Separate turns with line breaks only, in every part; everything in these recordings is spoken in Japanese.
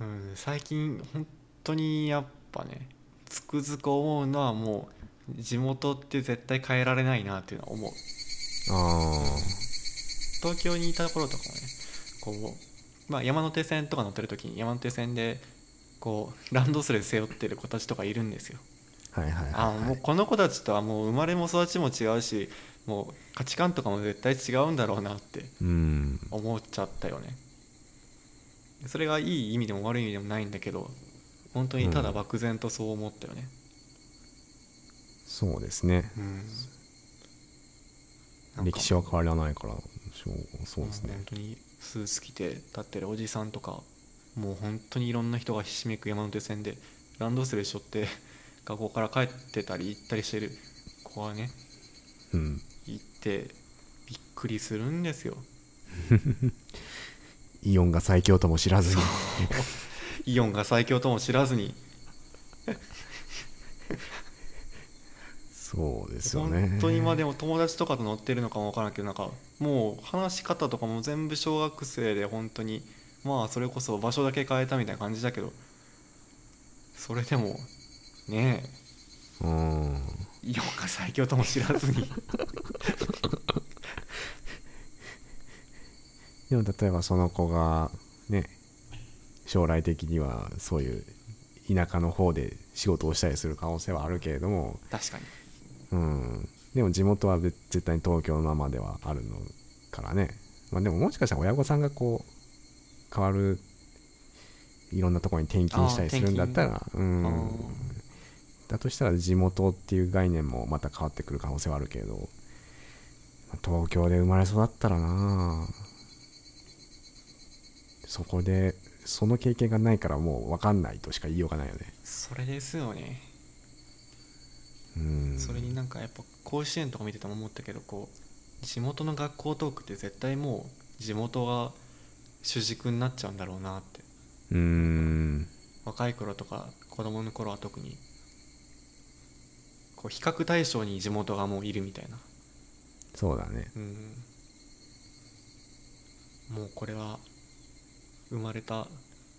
うん、最近本当にやっぱねつくづく思うのはもう地元って絶対変えられないなっていうのは思う
あ
東京にいた頃とかもねこう、まあ、山手線とか乗ってる時に山手線でこうランドセル背負ってる子たちとかいるんですよ
あはいはいはい、
あ
はい、
もうこの子たちとはもう生まれも育ちも違うしもう価値観とかも絶対違うんだろうなって
うん
思っちゃったよねそれがいい意味でも悪い意味でもないんだけど本当にただ漠然とそう思ったよね
そうですね
うんなんか
歴史は変わらないからそうそうです
本
ね
当にスーツ着て立ってるおじさんとかもう本当にいろんな人がひしめく山手線でランドセル背負って 学校から帰ってたり行ったりしてる子はね
うん
行ってびっくりするんですよ
イオンが最強とも知らずに
イオンが最強とも知らずに
そうですよね
本当にまあでも友達とかと乗ってるのかもわからんけどなんかもう話し方とかも全部小学生で本当にまあそれこそ場所だけ変えたみたいな感じだけどそれでもねえ
うん
イオンが最強とも知らずに
でも例えばその子がね将来的にはそういう田舎の方で仕事をしたりする可能性はあるけれども
確かに
うんでも地元は別絶対に東京のままではあるのからねまあでももしかしたら親御さんがこう変わるいろんなところに転勤したりするんだったらう
あ
ん
ー
だとしたら地元っていう概念もまた変わってくる可能性はあるけれどまあ東京で生まれ育ったらなあそこでその経験がないからもう分かんないとしか言いようがないよね
それですよね、
うん
それになんかやっぱ甲子園とか見てても思ったけどこう地元の学校トークって絶対もう地元が主軸になっちゃうんだろうなって
うん
若い頃とか子供の頃は特にこう比較対象に地元がもういるみたいな
そうだね
うんもうこれは生まれた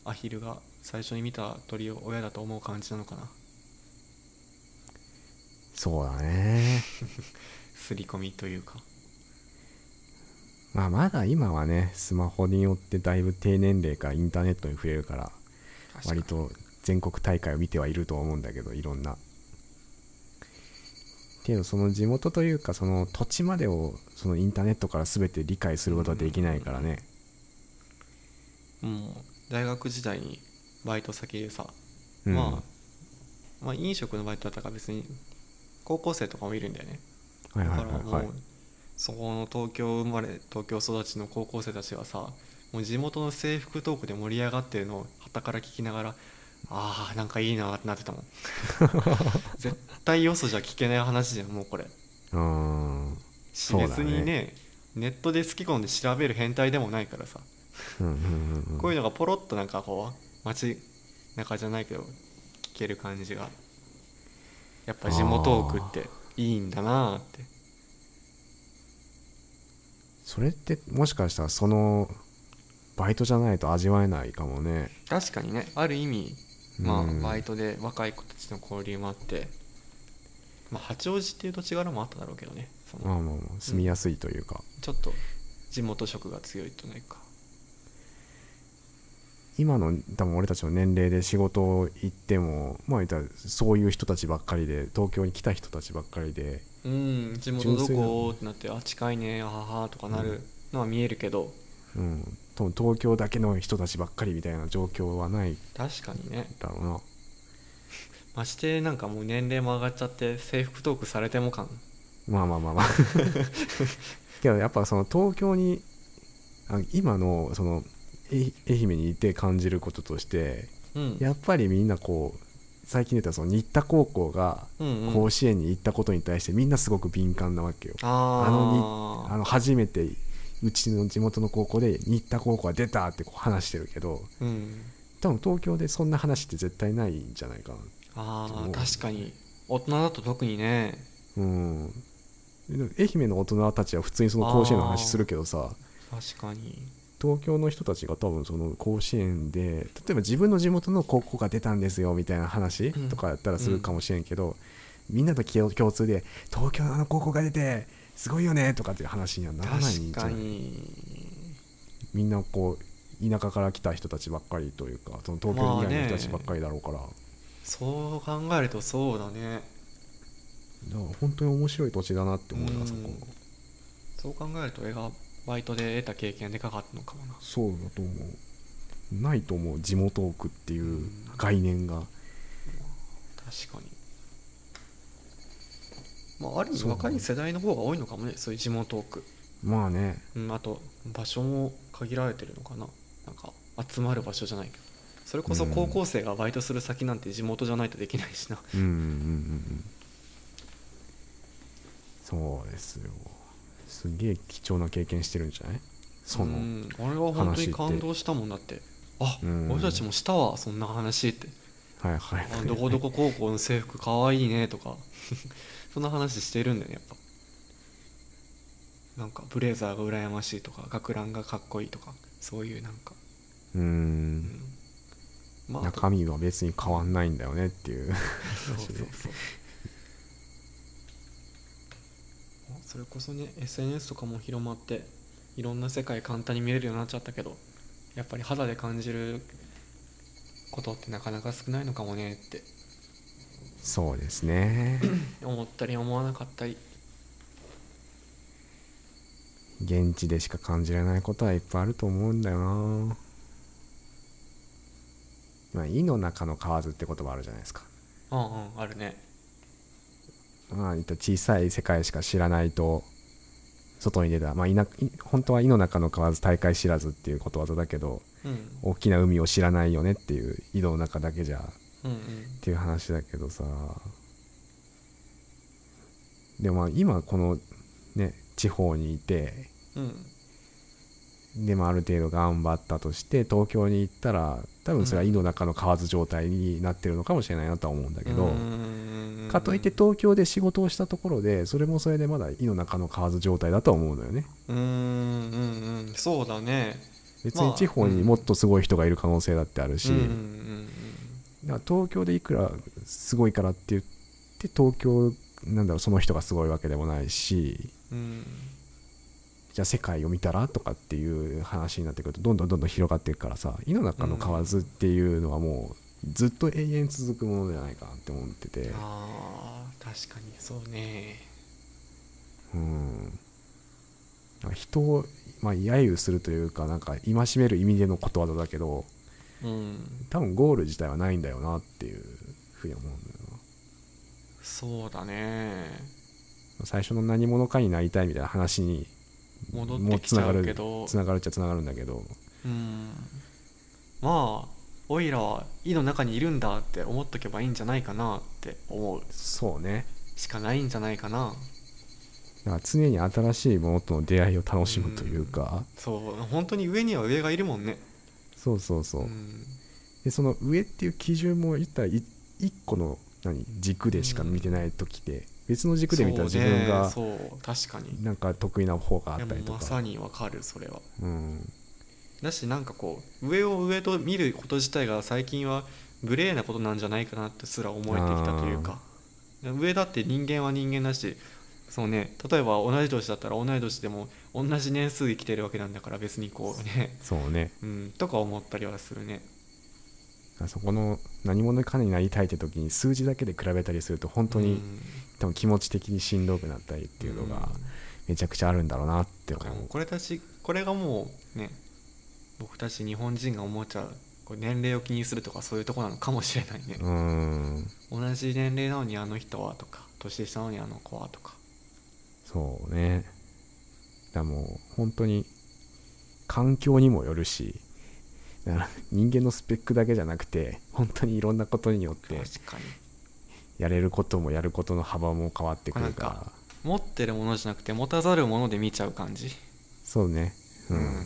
アヒルが最初に見た鳥を親だと思う感じなのかな
そうだね。
刷り込みというか
まあまだ今はね、スマホによってだいぶ低年齢からインターネットに触れるから、割と全国大会を見てはいると思うんだけど、いろんな。けどその地元というか、その土地までをそのインターネットから全て理解することはできないからね。
もう大学時代にバイト先でさ、
うん
まあ、まあ飲食のバイトだったから別に高校生とかもいるんだよね
はい
だ
は
か
い
ら
はい
もう、
はい。
そこの東京生まれ東京育ちの高校生たちがさもう地元の制服トークで盛り上がってるのをはたから聞きながらあーなんかいいなってなってた もん絶対よそじゃ聞けない話じゃんもうこれ
うーん。
別
そうだね
にねネットで好き込んで調べる変態でもないからさ、
うんうんうんうん
こういうのがポロッとなんかこう街中じゃないけど聞ける感じがやっぱ地元トークっていいんだなーって
それってもしかしたらそのバイトじゃないと味わえないかもね。
確かにねある意味まあ
うん
バイトで若い子たちの交流もあって、まあ、八王子っていう土地柄もあっただろうけどねそ
まあ
の
まあまあ、住みやすいというか。
ちょっと地元色が強いというか
今の多分俺たちの年齢で仕事を行ってもまあ言ったらそういう人たちばっかりで東京に来た人たちばっかりで
うん地元どこってなってあ近いねあははとかなるのは見えるけど、
うん多分東京だけの人たちばっかりみたいな状況はない
確かにね
だろうな
ましてなんかもう年齢も上がっちゃって制服トークされても感
まあまあまあまあけどやっぱその東京にあ今のそのえ愛媛にいて感じることとして
うん
やっぱりみんなこう最近で言ったらその新田高校が
うんうん
甲子園に行ったことに対してみんなすごく敏感なわけよ、
あ
あの
ー
あの初めてうちの地元の高校で新田高校が出たってこう話してるけど
うん
多分東京でそんな話って絶対ないんじゃないかな
あ
と思う
ー確かに大人だと特にね
うんでも愛媛の大人たちは普通にその甲子園の話するけどさ
確かに
東京の人たちが多分その甲子園で例えば自分の地元の高校が出たんですよみたいな話
うん
とかやったらするかもしれんけど、みんなと共共通で東京のあの高校が出てすごいよねとかっていう話にはならない
確
んじゃ
か
ない
に
みんなこう田舎から来た人たちばっかりというかその東京以外の人たちばっかりだろうから,、
そう考えるとそうだね
だから本当に面白い土地だなって思う
う
なんそこ
そう考えると俺がバイトで得た経験でかかったのかもな
そうだと思うないと思う地元奥っていう概念が
確かにまあある意味
そうだね
若い世代の方が多いのかもねそういう地元奥
まあね
うんあと場所も限られてるのかななんか集まる場所じゃないけどそれこそ
うん
高校生がバイトする先なんて地元じゃないとできないしな
うんうんうんうんそうですよすげえ貴重な経験してるんじゃないその、
うん俺は本当
話って
に感動したもんだってあ、
うん
俺たちもしたわそんな話って
はいはい
あどこどこ高校の制服かわいいねとか そんな話してるんだよねやっぱなんかブレザーが羨ましいとか学ランがかっこいいとかそういうなんか、
う
うん
ん
まああと
中身は別に変わんないんだよねっていう
そうそ
話
う
で
そうそれこそね SNS とかも広まっていろんな世界簡単に見れるようになっちゃったけどやっぱり肌で感じることってなかなか少ないのかもねって
そうですね
思ったり思わなかったり
現地でしか感じられないことはいっぱいあると思うんだよなまあ「井の中の蛙」って言葉あるじゃないですか
うんうんあるね
まあ、言ったら小さい世界しか知らないと外に出た、まあ、いない本当は「井の中の蛙大海知らず」っていうことわざだけど
うん
大きな海を知らないよねっていう井の中だけじゃっ
うんうん
ていう話だけどさでもまあ今このね地方にいて
うん
でもある程度頑張ったとして東京に行ったら多分それは井の中の蛙状態になってるのかもしれないなとは思うんだけど。
ど
かといって東京で仕事をしたところでそれもそれでまだ井の中の蛙状態だとは思うのよね
うんうんうんそうだね
別
ま
に
あ
地方にもっとすごい人がいる可能性だってあるし、
うんうん
だから東京でいくらすごいからって言って東京なんだろうその人がすごいわけでもないし
うんうん
じゃあ世界を見たらとかっていう話になってくるとどんどんどんどん広がっていくからさ井の中の蛙っていうのはもうずっと永遠続くものじゃないかなって思ってて
うん、あー確かにそうね
うん、なんか人を、まあ、揶揄するというかなんか戒める意味でのことわざだけど
うん
多分ゴール自体はないんだよなっていうふうに思うんだよな
そうだね
最初の何者かになりたいみたいな話に
戻ってきちゃうけど
つながるっちゃつながるんだけど
うんまあオイラは井の中にいるんだって思っとけばいいんじゃないかなって思う
そうね
しかないんじゃないかな
だから常に新しいものとの出会いを楽しむというか、
そう本当に上には上がいるもんね
そうそうそう、
ん
でその上っていう基準も言ったらい一個の何軸でしか見てない時で、別の軸で見たら自分が
そう,、ね、そう確かに
なんか得意な方があ
で
ったりと
もま
か
さにわかるそれは
うん
だしなんかこう上を上と見ること自体が最近は無礼なことなんじゃないかなってすら思えてきたというか上だって人間は人間だしそうね例えば同じ年だったら同い年でも同じ年数生きてるわけなんだから別にこうね
そうね
うんとか思ったりはするね
あそこの何者かになりたいって時に数字だけで比べたりすると本当に、
うん
多分気持ち的にしんどくなったりっていうのがめちゃくちゃあるんだろうなって
だ
思
からもう
う、
これたちこれがもうね僕たち日本人が思っちゃうこう年齢を気にするとかそういうとこなのかもしれないね
う、ん、ん
同じ年齢なのにあの人はとか年下なのにあの子はとか
そうねだからもう本当に環境にもよるしだから人間のスペックだけじゃなくて本当にいろんなことによって
確かに
やれることもやることの幅も変わってくるか
な
ら
んか持ってるものじゃなくて持たざるもので見ちゃう感じ
そうねうん、
うん